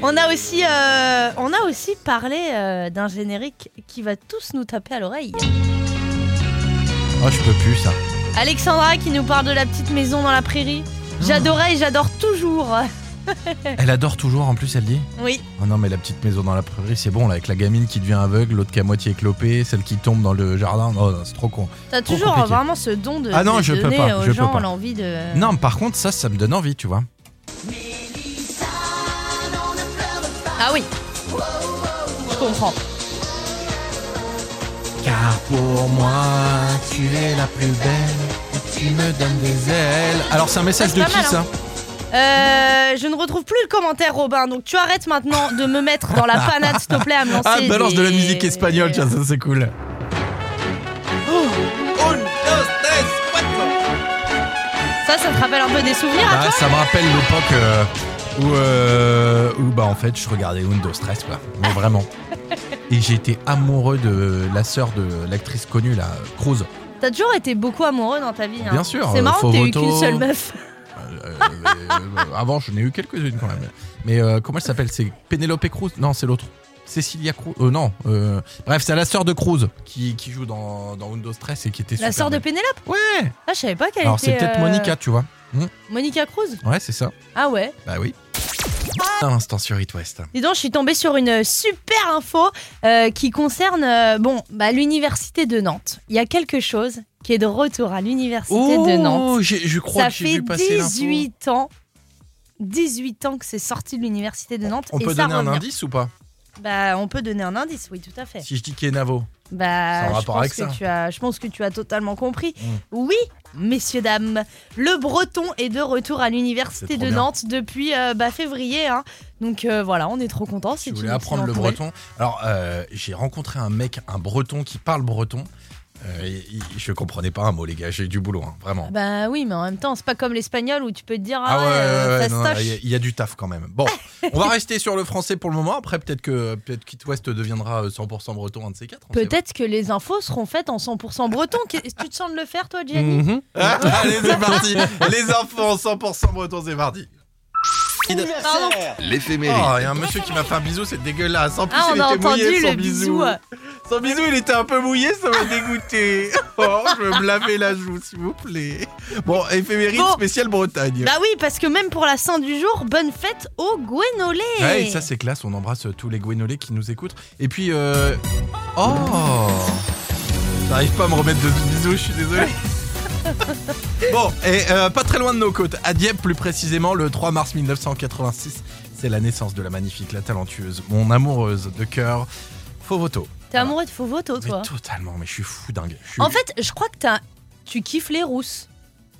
[SPEAKER 4] On a aussi, euh, on a aussi parlé euh, d'un générique qui va tous nous taper à l'oreille.
[SPEAKER 5] Oh je peux plus
[SPEAKER 4] [laughs]
[SPEAKER 5] ça.
[SPEAKER 4] Alexandra qui nous parle de la petite maison dans la prairie.
[SPEAKER 5] Ah.
[SPEAKER 4] J'adorais et j'adore toujours.
[SPEAKER 5] Elle adore toujours en plus elle dit.
[SPEAKER 4] Oui,
[SPEAKER 5] Oh non, mais la petite maison dans la prairie, c'est bon, là, avec la gamine qui devient aveugle, l'autre qui est à moitié éclopée, celle qui tombe dans le jardin. Oh, non, c'est trop con.
[SPEAKER 4] t'as
[SPEAKER 5] Trop
[SPEAKER 4] toujours
[SPEAKER 5] compliqué.
[SPEAKER 4] vraiment ce don de,
[SPEAKER 5] Ah non,
[SPEAKER 4] de
[SPEAKER 5] je peux
[SPEAKER 4] donner
[SPEAKER 5] pas,
[SPEAKER 4] aux
[SPEAKER 5] je peux
[SPEAKER 4] gens
[SPEAKER 5] pas.
[SPEAKER 4] l'envie de.
[SPEAKER 5] Non, mais par contre, ça, ça me donne envie, tu vois.
[SPEAKER 4] Ah oui. Je comprends.
[SPEAKER 5] Car pour moi, tu es la plus belle, tu me donnes des ailes. Alors, c'est un message
[SPEAKER 4] c'est
[SPEAKER 5] de hein.
[SPEAKER 4] pas
[SPEAKER 5] qui,
[SPEAKER 4] mal, hein.
[SPEAKER 5] ça
[SPEAKER 4] Euh, je ne retrouve plus le commentaire, Robin. Donc tu arrêtes maintenant de me mettre dans la panade, s'il te plaît, à me lancer.
[SPEAKER 5] Ah, balance de la
[SPEAKER 4] des- Ah,
[SPEAKER 5] musique espagnole, tiens, ça, c'est cool.
[SPEAKER 4] Ça, ça te rappelle un peu des souvenirs hein. à
[SPEAKER 5] Bah,
[SPEAKER 4] toi
[SPEAKER 5] ça me rappelle l'époque euh, où, euh, où, bah, en fait, je regardais Windows 13, quoi. Mais vraiment. Et j'étais amoureux de la sœur de l'actrice connue, là, Cruz.
[SPEAKER 4] T'as toujours été beaucoup amoureux dans ta vie. hein.
[SPEAKER 5] Bien sûr,
[SPEAKER 4] C'est
[SPEAKER 5] euh,
[SPEAKER 4] marrant, t'as eu
[SPEAKER 5] Favoto.
[SPEAKER 4] qu'une seule
[SPEAKER 5] [laughs]
[SPEAKER 4] meuf.
[SPEAKER 5] Euh, euh, avant, je n'ai eu quelques-unes quand même. Mais euh, comment elle s'appelle C'est Penelope Cruz Non, c'est l'autre. Cecilia Cruz euh, Non. euh, bref, c'est la sœur de Cruz qui, qui joue dans, dans Windows 13 et qui était
[SPEAKER 4] La
[SPEAKER 5] super
[SPEAKER 4] sœur de
[SPEAKER 5] belle.
[SPEAKER 4] Pénélope
[SPEAKER 5] Ouais
[SPEAKER 4] Ah, je savais pas qu'elle était.
[SPEAKER 5] Alors, c'est peut-être
[SPEAKER 4] euh,
[SPEAKER 5] Monica, tu vois.
[SPEAKER 4] Monica Cruz
[SPEAKER 5] Ouais, c'est ça.
[SPEAKER 4] Ah ouais.
[SPEAKER 5] Bah oui.
[SPEAKER 4] Ah!
[SPEAKER 5] Un instant sur It West.
[SPEAKER 4] Dis donc, je suis tombée sur une super info euh, qui concerne euh, bon, bah, l'université de Nantes. Il y a quelque chose qui est de retour à l'université de Nantes.
[SPEAKER 5] Oh, j'ai- je crois
[SPEAKER 4] Ça
[SPEAKER 5] que j'ai
[SPEAKER 4] fait
[SPEAKER 5] vu passer l'info.
[SPEAKER 4] 18 ans. 18 ans que c'est sorti de l'université de Nantes
[SPEAKER 5] On
[SPEAKER 4] et
[SPEAKER 5] peut
[SPEAKER 4] ça
[SPEAKER 5] donner un
[SPEAKER 4] revient.
[SPEAKER 5] indice ou pas
[SPEAKER 4] Bah, on peut donner un indice, oui, tout à fait.
[SPEAKER 5] Si je dis Kenavo. Sans
[SPEAKER 4] Bah, je
[SPEAKER 5] rapport
[SPEAKER 4] pense,
[SPEAKER 5] avec
[SPEAKER 4] que
[SPEAKER 5] ça. Mm.
[SPEAKER 4] tu as, je pense que tu as totalement compris. Oui, messieurs, dames, le breton est de retour à l'université
[SPEAKER 5] C'est trop
[SPEAKER 4] de
[SPEAKER 5] bien.
[SPEAKER 4] Nantes depuis euh, bah, février. hein. Donc euh, voilà, on est trop contents.
[SPEAKER 5] Je
[SPEAKER 4] Si
[SPEAKER 5] voulais apprendre le breton. Alors, euh, j'ai rencontré un mec, un breton qui parle breton. Euh, il- il- je comprenais pas un mot, les gars. J'ai eu du boulot, hein, vraiment.
[SPEAKER 4] Bah oui, mais en même temps, c'est pas comme l'espagnol où tu peux te dire ah,
[SPEAKER 5] Ah ouais,
[SPEAKER 4] ouais,
[SPEAKER 5] ouais, ouais,
[SPEAKER 4] euh,
[SPEAKER 5] non,
[SPEAKER 4] fastoche.
[SPEAKER 5] il y a- il y, a du taf quand même.
[SPEAKER 4] [laughs]
[SPEAKER 5] Bon, on va rester sur le français pour le moment. Après, peut-être que peut-être Kit West deviendra euh, 100% breton, un de ces quatre. on sait
[SPEAKER 4] Peut-être que les infos seront faites en 100% breton. Qu'est- tu te sens de le faire, toi,
[SPEAKER 5] [laughs]
[SPEAKER 4] Gianni
[SPEAKER 6] Mhm.
[SPEAKER 5] pas. Ah, [laughs] allez, c'est parti. les infos en 100% breton, c'est parti. Oh, il y
[SPEAKER 1] l'éphéméride.
[SPEAKER 5] a un monsieur qui m'a fait un bisou, c'est dégueulasse. En plus,
[SPEAKER 4] Ah, on
[SPEAKER 5] il
[SPEAKER 4] a
[SPEAKER 5] était
[SPEAKER 4] entendu
[SPEAKER 5] mouillé, son
[SPEAKER 4] le bisou.
[SPEAKER 5] Son bisou, il était un peu mouillé, ça m'a dégoûté. [laughs] Oh, je veux me laver la joue, s'il vous plaît. Bon, éphéméride
[SPEAKER 4] Bon.
[SPEAKER 5] spéciale Bretagne.
[SPEAKER 4] Bah oui, parce que même pour la Saint du jour, bonne fête au Gwenolé.
[SPEAKER 5] Ouais, et ça, c'est classe. On embrasse euh, tous les Gwénolés qui nous écoutent. Et puis, euh... Oh J'arrive pas à me remettre de ce bisou, je suis désolé. [laughs] bon, et euh, pas très loin de nos côtes, à Dieppe plus précisément, le 3 mars 1986, c'est la naissance de la magnifique, la talentueuse, mon amoureuse de cœur, Fovoto.
[SPEAKER 4] T'es amoureux de Fovoto, toi
[SPEAKER 5] Mais totalement, mais je suis fou dingue. Je suis
[SPEAKER 4] En fait, je crois que t'as- tu kiffes les rousses.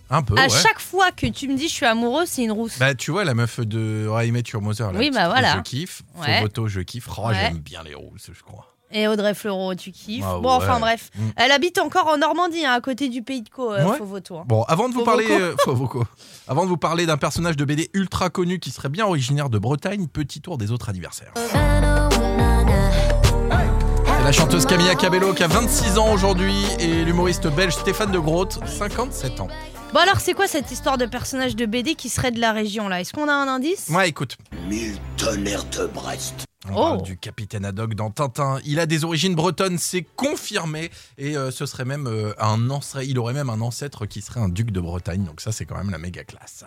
[SPEAKER 5] un peu,
[SPEAKER 4] à
[SPEAKER 5] Bah ouais.
[SPEAKER 4] chaque fois que tu me dis je suis amoureux, c'est une rousse.
[SPEAKER 5] Bah, tu vois, la meuf de How I Met Your Mother, là,
[SPEAKER 4] Oui, bah
[SPEAKER 5] que
[SPEAKER 4] voilà.
[SPEAKER 5] je kiffe.
[SPEAKER 4] Ouais.
[SPEAKER 5] Fovoto, je kiffe. Oh,
[SPEAKER 4] Ouais.
[SPEAKER 5] j'aime bien les rousses, je crois.
[SPEAKER 4] Et Audrey Fleurot, tu kiffes.
[SPEAKER 5] Ah
[SPEAKER 4] bon, enfin
[SPEAKER 5] ouais.
[SPEAKER 4] bref.
[SPEAKER 5] Mm.
[SPEAKER 4] Elle habite encore en Normandie, hein, à côté du pays de Caux, euh,
[SPEAKER 5] Ouais.
[SPEAKER 4] Fovoto. hein.
[SPEAKER 5] Bon, avant de vous parler,
[SPEAKER 4] Fovoco.
[SPEAKER 5] euh, Fovoco. avant de vous parler d'un personnage de BD ultra connu qui serait bien originaire de Bretagne, petit tour des autres anniversaires. C'est la chanteuse Camilla Cabello qui a 26 ans aujourd'hui et l'humoriste belge Stéphane De Groot, 57 ans.
[SPEAKER 4] hein. Bon, alors, c'est quoi cette histoire de personnage de BD qui serait de la région, là Est-ce qu'on a un indice
[SPEAKER 5] Ouais, écoute,
[SPEAKER 2] Mille tonnerres de Brest.
[SPEAKER 5] on
[SPEAKER 4] Oh.
[SPEAKER 5] parle du capitaine Haddock dans Tintin. Il a des origines bretonnes, c'est confirmé et euh, ce serait même euh, un ancêtre, il aurait même un ancêtre qui serait un duc de Bretagne. Donc ça, c'est quand même la méga classe.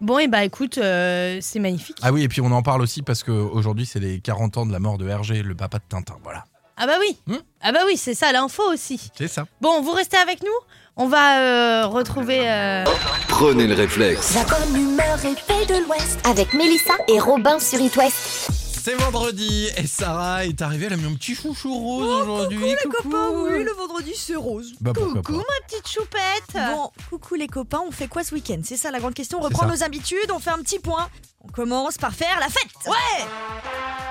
[SPEAKER 4] Bon, et bah écoute, euh, c'est magnifique.
[SPEAKER 5] Ah oui, et puis on en parle aussi parce que aujourd'hui c'est les 40 ans de la mort de Hergé, le papa de Tintin. Voilà.
[SPEAKER 4] Ah bah oui
[SPEAKER 5] Hmm.
[SPEAKER 4] Ah bah oui, c'est ça l'info aussi.
[SPEAKER 5] C'est ça.
[SPEAKER 4] Bon, vous restez avec nous On va euh, retrouver... euh,
[SPEAKER 1] Prenez le réflexe.
[SPEAKER 7] La bonne humeur et paix de l'Ouest avec Mélissa et Robin sur It West.
[SPEAKER 5] C'est vendredi et Sarah est arrivée, elle a mis un petit chouchou rose aujourd'hui. Coucou.
[SPEAKER 8] Copain, oui, le vendredi c'est rose.
[SPEAKER 5] Bah pourquoi
[SPEAKER 4] Coucou,
[SPEAKER 5] pas.
[SPEAKER 4] ma petite choupette
[SPEAKER 8] Bon, coucou les copains, on fait quoi ce week-end C'est ça la grande question. On
[SPEAKER 5] C'est
[SPEAKER 8] reprend
[SPEAKER 5] ça.
[SPEAKER 8] nos habitudes, on fait un petit point. On commence par faire la fête. Ouais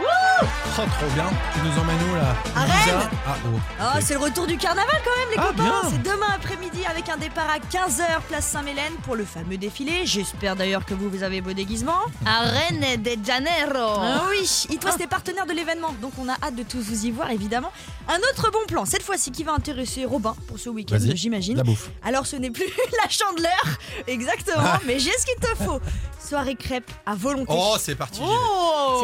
[SPEAKER 5] Oh, trop bien. Tu nous emmènes où là
[SPEAKER 8] À
[SPEAKER 5] Ibiza
[SPEAKER 8] Rennes.
[SPEAKER 5] Ah oh.
[SPEAKER 8] Oh, c'est le retour du carnaval quand même, les
[SPEAKER 5] Ah,
[SPEAKER 8] copains.
[SPEAKER 5] bien.
[SPEAKER 8] C'est demain après-midi avec un départ à 15h, place Saint-Mélène, pour le fameux défilé. J'espère d'ailleurs que vous, vous avez beau déguisement.
[SPEAKER 4] À Rennes de Janeiro
[SPEAKER 8] Ah oui, It West est partenaire de l'événement, donc on a hâte de tous vous y voir évidemment. Un autre bon plan, cette fois-ci qui va intéresser Robin pour ce week-end,
[SPEAKER 5] Vas-y.
[SPEAKER 8] j'imagine.
[SPEAKER 5] La bouffe.
[SPEAKER 8] Alors ce n'est plus [laughs] la chandeleur, exactement, mais j'ai ce qu'il te faut. Soirée crêpe à volonté.
[SPEAKER 5] Ah. Oh, c'est parti. j'y vais.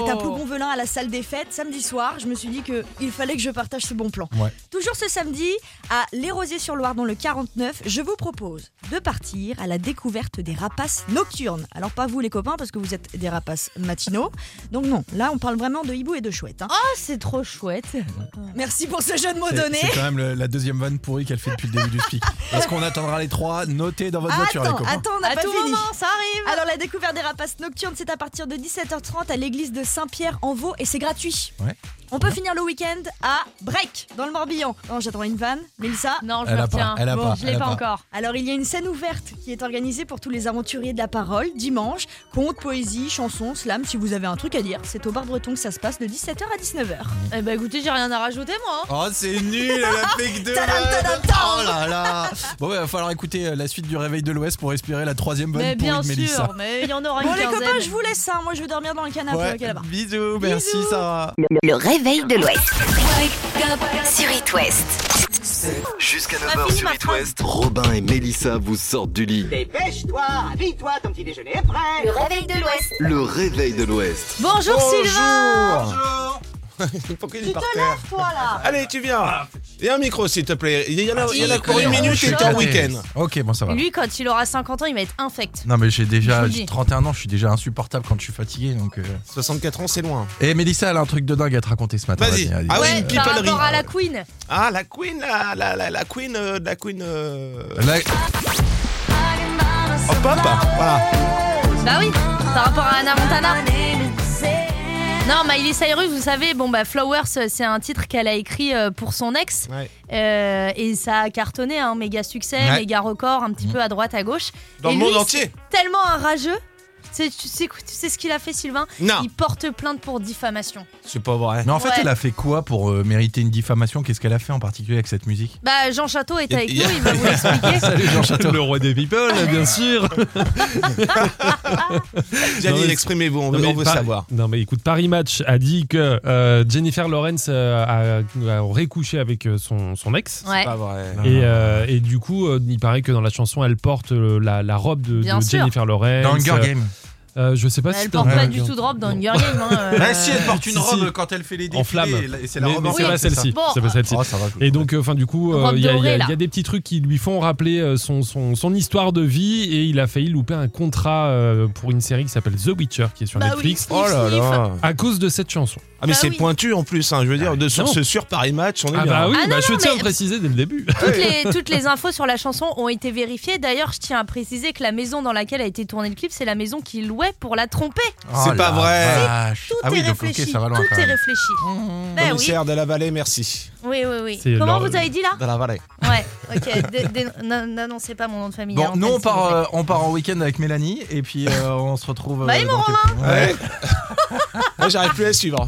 [SPEAKER 8] C'est un
[SPEAKER 4] Oh.
[SPEAKER 8] peu gonvelin à la salle des fêtes. Samedi soir, je me suis dit que il fallait que je partage ce bon plan.
[SPEAKER 5] Ouais.
[SPEAKER 8] Toujours ce samedi, à Les Rosiers-sur-Loire, dans le 49, je vous propose de partir à la découverte des rapaces nocturnes. Alors, pas vous les copains, parce que vous êtes des rapaces matinaux. Donc, non, là, on parle vraiment de hibou et de chouette. hein.
[SPEAKER 4] Ah, c'est trop
[SPEAKER 8] [laughs]
[SPEAKER 4] chouette Bah,
[SPEAKER 8] Merci pour ce jeu de mots
[SPEAKER 5] C'est-
[SPEAKER 8] donné.
[SPEAKER 5] C'est quand même le- la deuxième vanne pourrie qu'elle fait depuis le début du
[SPEAKER 8] [laughs]
[SPEAKER 5] speak. Est-ce qu'on attendra les trois Notez dans votre voiture, les
[SPEAKER 8] Attends,
[SPEAKER 5] copains.
[SPEAKER 8] attends, on n'a
[SPEAKER 4] À
[SPEAKER 8] pas
[SPEAKER 4] tout
[SPEAKER 8] fini.
[SPEAKER 4] moment, ça arrive
[SPEAKER 8] Alors la découverte des rapaces nocturnes, c'est à partir de 17h30 à l'église de Saint-Pierre en Vaud et c'est gratuit.
[SPEAKER 5] Ouais.
[SPEAKER 8] On peut finir le week-end à Break dans le Morbihan. Non, j'attends une vanne, Mélissa.
[SPEAKER 4] Non, je
[SPEAKER 5] Elle
[SPEAKER 4] me
[SPEAKER 5] a pas,
[SPEAKER 4] retiens.
[SPEAKER 5] elle a
[SPEAKER 4] Bon,
[SPEAKER 5] pas,
[SPEAKER 4] je l'ai
[SPEAKER 5] elle a
[SPEAKER 4] pas,
[SPEAKER 5] pas.
[SPEAKER 4] encore.
[SPEAKER 8] Alors il y a une scène ouverte qui est organisée pour tous les aventuriers de la parole dimanche. Contes, poésie, chansons, slam, si vous avez un truc à dire. C'est au bar breton que ça se passe de 17h à 19h.
[SPEAKER 4] Eh bah écoutez, j'ai rien à rajouter, moi. hein.
[SPEAKER 5] Oh, c'est nul, elle a fait que deux
[SPEAKER 8] Tadam,
[SPEAKER 5] vannes.
[SPEAKER 8] tadam,
[SPEAKER 5] Oh là là. Bon, ouais, va falloir écouter euh, la suite du Réveil de l'Ouest pour respirer la troisième bonne
[SPEAKER 4] Mais bien
[SPEAKER 5] de
[SPEAKER 4] sûr,
[SPEAKER 5] Mélissa.
[SPEAKER 4] mais il y en aura
[SPEAKER 8] Bon
[SPEAKER 4] une
[SPEAKER 8] les
[SPEAKER 4] quinzaine.
[SPEAKER 8] copains, je vous laisse ça. Moi je vais dormir dans le canapé
[SPEAKER 5] Ouais,
[SPEAKER 8] ok, là-bas.
[SPEAKER 5] Bisous, merci Sarah.
[SPEAKER 7] Le, le réveil de l'Ouest. Sur It West.
[SPEAKER 1] Jusqu'à
[SPEAKER 4] Ah,
[SPEAKER 1] 9h
[SPEAKER 4] fini
[SPEAKER 1] sur
[SPEAKER 4] ma
[SPEAKER 1] It
[SPEAKER 4] phrase.
[SPEAKER 1] West, Robin et Mélissa vous sortent du lit.
[SPEAKER 9] Dépêche-toi, habille-toi, ton petit déjeuner est prêt.
[SPEAKER 7] Le réveil de l'Ouest.
[SPEAKER 1] Le réveil de l'Ouest.
[SPEAKER 4] Bonjour, Sylvain
[SPEAKER 5] [laughs]
[SPEAKER 10] Pourquoi il est par terre Allez, tu viens. Il y a un micro, s'il te plaît. Il y en a, il y
[SPEAKER 5] Ah,
[SPEAKER 10] en a pour une minute et t'es en week-end.
[SPEAKER 5] Ok, bon, ça va.
[SPEAKER 4] Lui, quand il aura 50 ans, il va être infect.
[SPEAKER 5] Non, mais j'ai
[SPEAKER 4] Je vous
[SPEAKER 5] déjà
[SPEAKER 4] le
[SPEAKER 5] j'ai
[SPEAKER 4] dis.
[SPEAKER 5] 31 ans, je suis déjà insupportable quand je suis fatigué. Donc, euh.
[SPEAKER 10] 64 ans, c'est loin.
[SPEAKER 5] Et Mélissa, elle a un truc de dingue à te raconter ce matin.
[SPEAKER 10] Vas-y.
[SPEAKER 5] allez.
[SPEAKER 10] Ah oui,
[SPEAKER 4] ouais,
[SPEAKER 10] une
[SPEAKER 4] par
[SPEAKER 10] pipolerie.
[SPEAKER 4] rapport à la queen.
[SPEAKER 10] Ah, la queen, la, la, la, la queen, euh, la queen. euh,
[SPEAKER 5] Là,
[SPEAKER 10] Hop, hop, voilà.
[SPEAKER 4] Bah oui, par rapport à Anna Montana. Non, Miley Cyrus, vous savez, bon bah Flowers, euh, c'est un titre qu'elle a écrit euh, pour son ex.
[SPEAKER 10] Ouais.
[SPEAKER 4] Euh, et ça a cartonné, un méga succès,
[SPEAKER 5] Ouais. Mhm.
[SPEAKER 4] méga record, un petit peu à droite, à gauche.
[SPEAKER 10] Dans
[SPEAKER 4] Et
[SPEAKER 10] le
[SPEAKER 4] lui,
[SPEAKER 10] monde entier
[SPEAKER 4] c'est Tellement un rageux. Tu sais, tu sais, tu sais ce qu'il a fait, Sylvain
[SPEAKER 10] Non,
[SPEAKER 4] Il porte plainte pour diffamation.
[SPEAKER 10] c'est pas vrai.
[SPEAKER 5] Mais en fait,
[SPEAKER 4] Ouais.
[SPEAKER 5] elle a fait quoi pour euh, mériter une diffamation Qu'est-ce qu'elle a fait en particulier avec cette musique
[SPEAKER 4] Bah, Jean Château est
[SPEAKER 10] Et-
[SPEAKER 4] avec
[SPEAKER 10] et-
[SPEAKER 4] nous, il
[SPEAKER 10] [laughs]
[SPEAKER 4] va vous l'expliquer.
[SPEAKER 6] Salut Jean Château. Le roi des people, bien sûr. Non,
[SPEAKER 10] Janine,
[SPEAKER 6] mais-
[SPEAKER 10] exprimez-vous, on
[SPEAKER 6] Non,
[SPEAKER 10] veut,
[SPEAKER 6] mais
[SPEAKER 10] on veut
[SPEAKER 6] Par-
[SPEAKER 10] savoir.
[SPEAKER 6] Non mais écoute, Paris Match a dit que euh, Jennifer Lawrence euh, a, a récouché avec euh, son, son ex.
[SPEAKER 4] Ouais.
[SPEAKER 10] Pas vrai.
[SPEAKER 6] Et, euh, et du coup, euh, il paraît que dans la chanson, elle porte euh, la, la robe de,
[SPEAKER 4] Bien
[SPEAKER 6] de
[SPEAKER 4] sûr.
[SPEAKER 6] Jennifer Lawrence.
[SPEAKER 5] Dans Hunger
[SPEAKER 6] Euh,
[SPEAKER 5] Games.
[SPEAKER 6] euh, je sais pas si
[SPEAKER 4] Elle
[SPEAKER 6] c'est
[SPEAKER 4] porte
[SPEAKER 6] dans
[SPEAKER 4] pas
[SPEAKER 6] Hunger
[SPEAKER 4] du
[SPEAKER 6] Games.
[SPEAKER 4] tout drop dans
[SPEAKER 6] Non.
[SPEAKER 4] Hunger Game. hein, euh,
[SPEAKER 10] Bah,
[SPEAKER 5] Ah, si, elle porte une
[SPEAKER 6] si,
[SPEAKER 5] robe
[SPEAKER 6] si.
[SPEAKER 5] quand elle fait les défilés.
[SPEAKER 6] En flamme.
[SPEAKER 5] et C'est la
[SPEAKER 6] Mais,
[SPEAKER 5] robe
[SPEAKER 6] mais
[SPEAKER 5] en
[SPEAKER 6] c'est
[SPEAKER 5] flamme,
[SPEAKER 6] pas
[SPEAKER 5] c'est
[SPEAKER 6] celle-ci.
[SPEAKER 4] Bon.
[SPEAKER 6] C'est pas celle-ci.
[SPEAKER 5] ça. Oh, ça va, je
[SPEAKER 6] Et
[SPEAKER 5] le
[SPEAKER 6] donc, enfin, du coup, euh,
[SPEAKER 4] Robe
[SPEAKER 6] il y, a- il y a-
[SPEAKER 4] dorée, là.
[SPEAKER 6] il y a des petits trucs qui lui font rappeler euh, son, son, son histoire de vie et il a failli louper un contrat euh, pour une série qui s'appelle The Witcher qui est sur
[SPEAKER 4] Bah oui.
[SPEAKER 6] Netflix
[SPEAKER 10] Oh là
[SPEAKER 4] Sniff,
[SPEAKER 10] là.
[SPEAKER 6] à cause de cette chanson.
[SPEAKER 10] Ah, mais
[SPEAKER 4] Bah
[SPEAKER 10] c'est
[SPEAKER 4] oui.
[SPEAKER 10] pointu en plus, hein, je veux
[SPEAKER 5] Ah,
[SPEAKER 10] dire, de
[SPEAKER 6] Non.
[SPEAKER 10] source sur Paris Match, on est
[SPEAKER 6] Ah
[SPEAKER 10] bien.
[SPEAKER 6] bah oui,
[SPEAKER 4] Ah non,
[SPEAKER 6] bah, je
[SPEAKER 4] non,
[SPEAKER 6] tiens à
[SPEAKER 4] mais-
[SPEAKER 6] le préciser dès le début.
[SPEAKER 4] Toutes les, toutes les infos sur la chanson ont été vérifiées. D'ailleurs, je tiens à préciser que la maison dans laquelle a été tourné le clip, c'est la maison qu'il louait pour la tromper.
[SPEAKER 10] C'est pas vrai.
[SPEAKER 4] Tout
[SPEAKER 5] Oh ah oui,
[SPEAKER 4] est
[SPEAKER 5] donc ok,
[SPEAKER 4] réfléchi.
[SPEAKER 5] ça va loin
[SPEAKER 4] tout
[SPEAKER 5] quand
[SPEAKER 4] est
[SPEAKER 5] même. Mmh.
[SPEAKER 4] réfléchi. Ben oui,
[SPEAKER 10] Commissaire de la Vallée, merci.
[SPEAKER 4] oui, oui,
[SPEAKER 6] C'est
[SPEAKER 4] oui. Comment
[SPEAKER 6] leur-
[SPEAKER 4] vous avez dit
[SPEAKER 5] [laughs]
[SPEAKER 4] là
[SPEAKER 10] De la Vallée.
[SPEAKER 4] Ouais, ok. dé- dé- non, N'annoncez pas mon nom de famille.
[SPEAKER 5] Bon,
[SPEAKER 4] hein,
[SPEAKER 5] nous
[SPEAKER 4] en fait,
[SPEAKER 5] on part,
[SPEAKER 4] s'il vous
[SPEAKER 5] euh, on part en week-end avec Mélanie et
[SPEAKER 4] Bah,
[SPEAKER 5] puis euh, on se retrouve.
[SPEAKER 4] Bye, mon [laughs]
[SPEAKER 5] Romain Ah,
[SPEAKER 10] Ouais. Moi, j'arrive plus à suivre.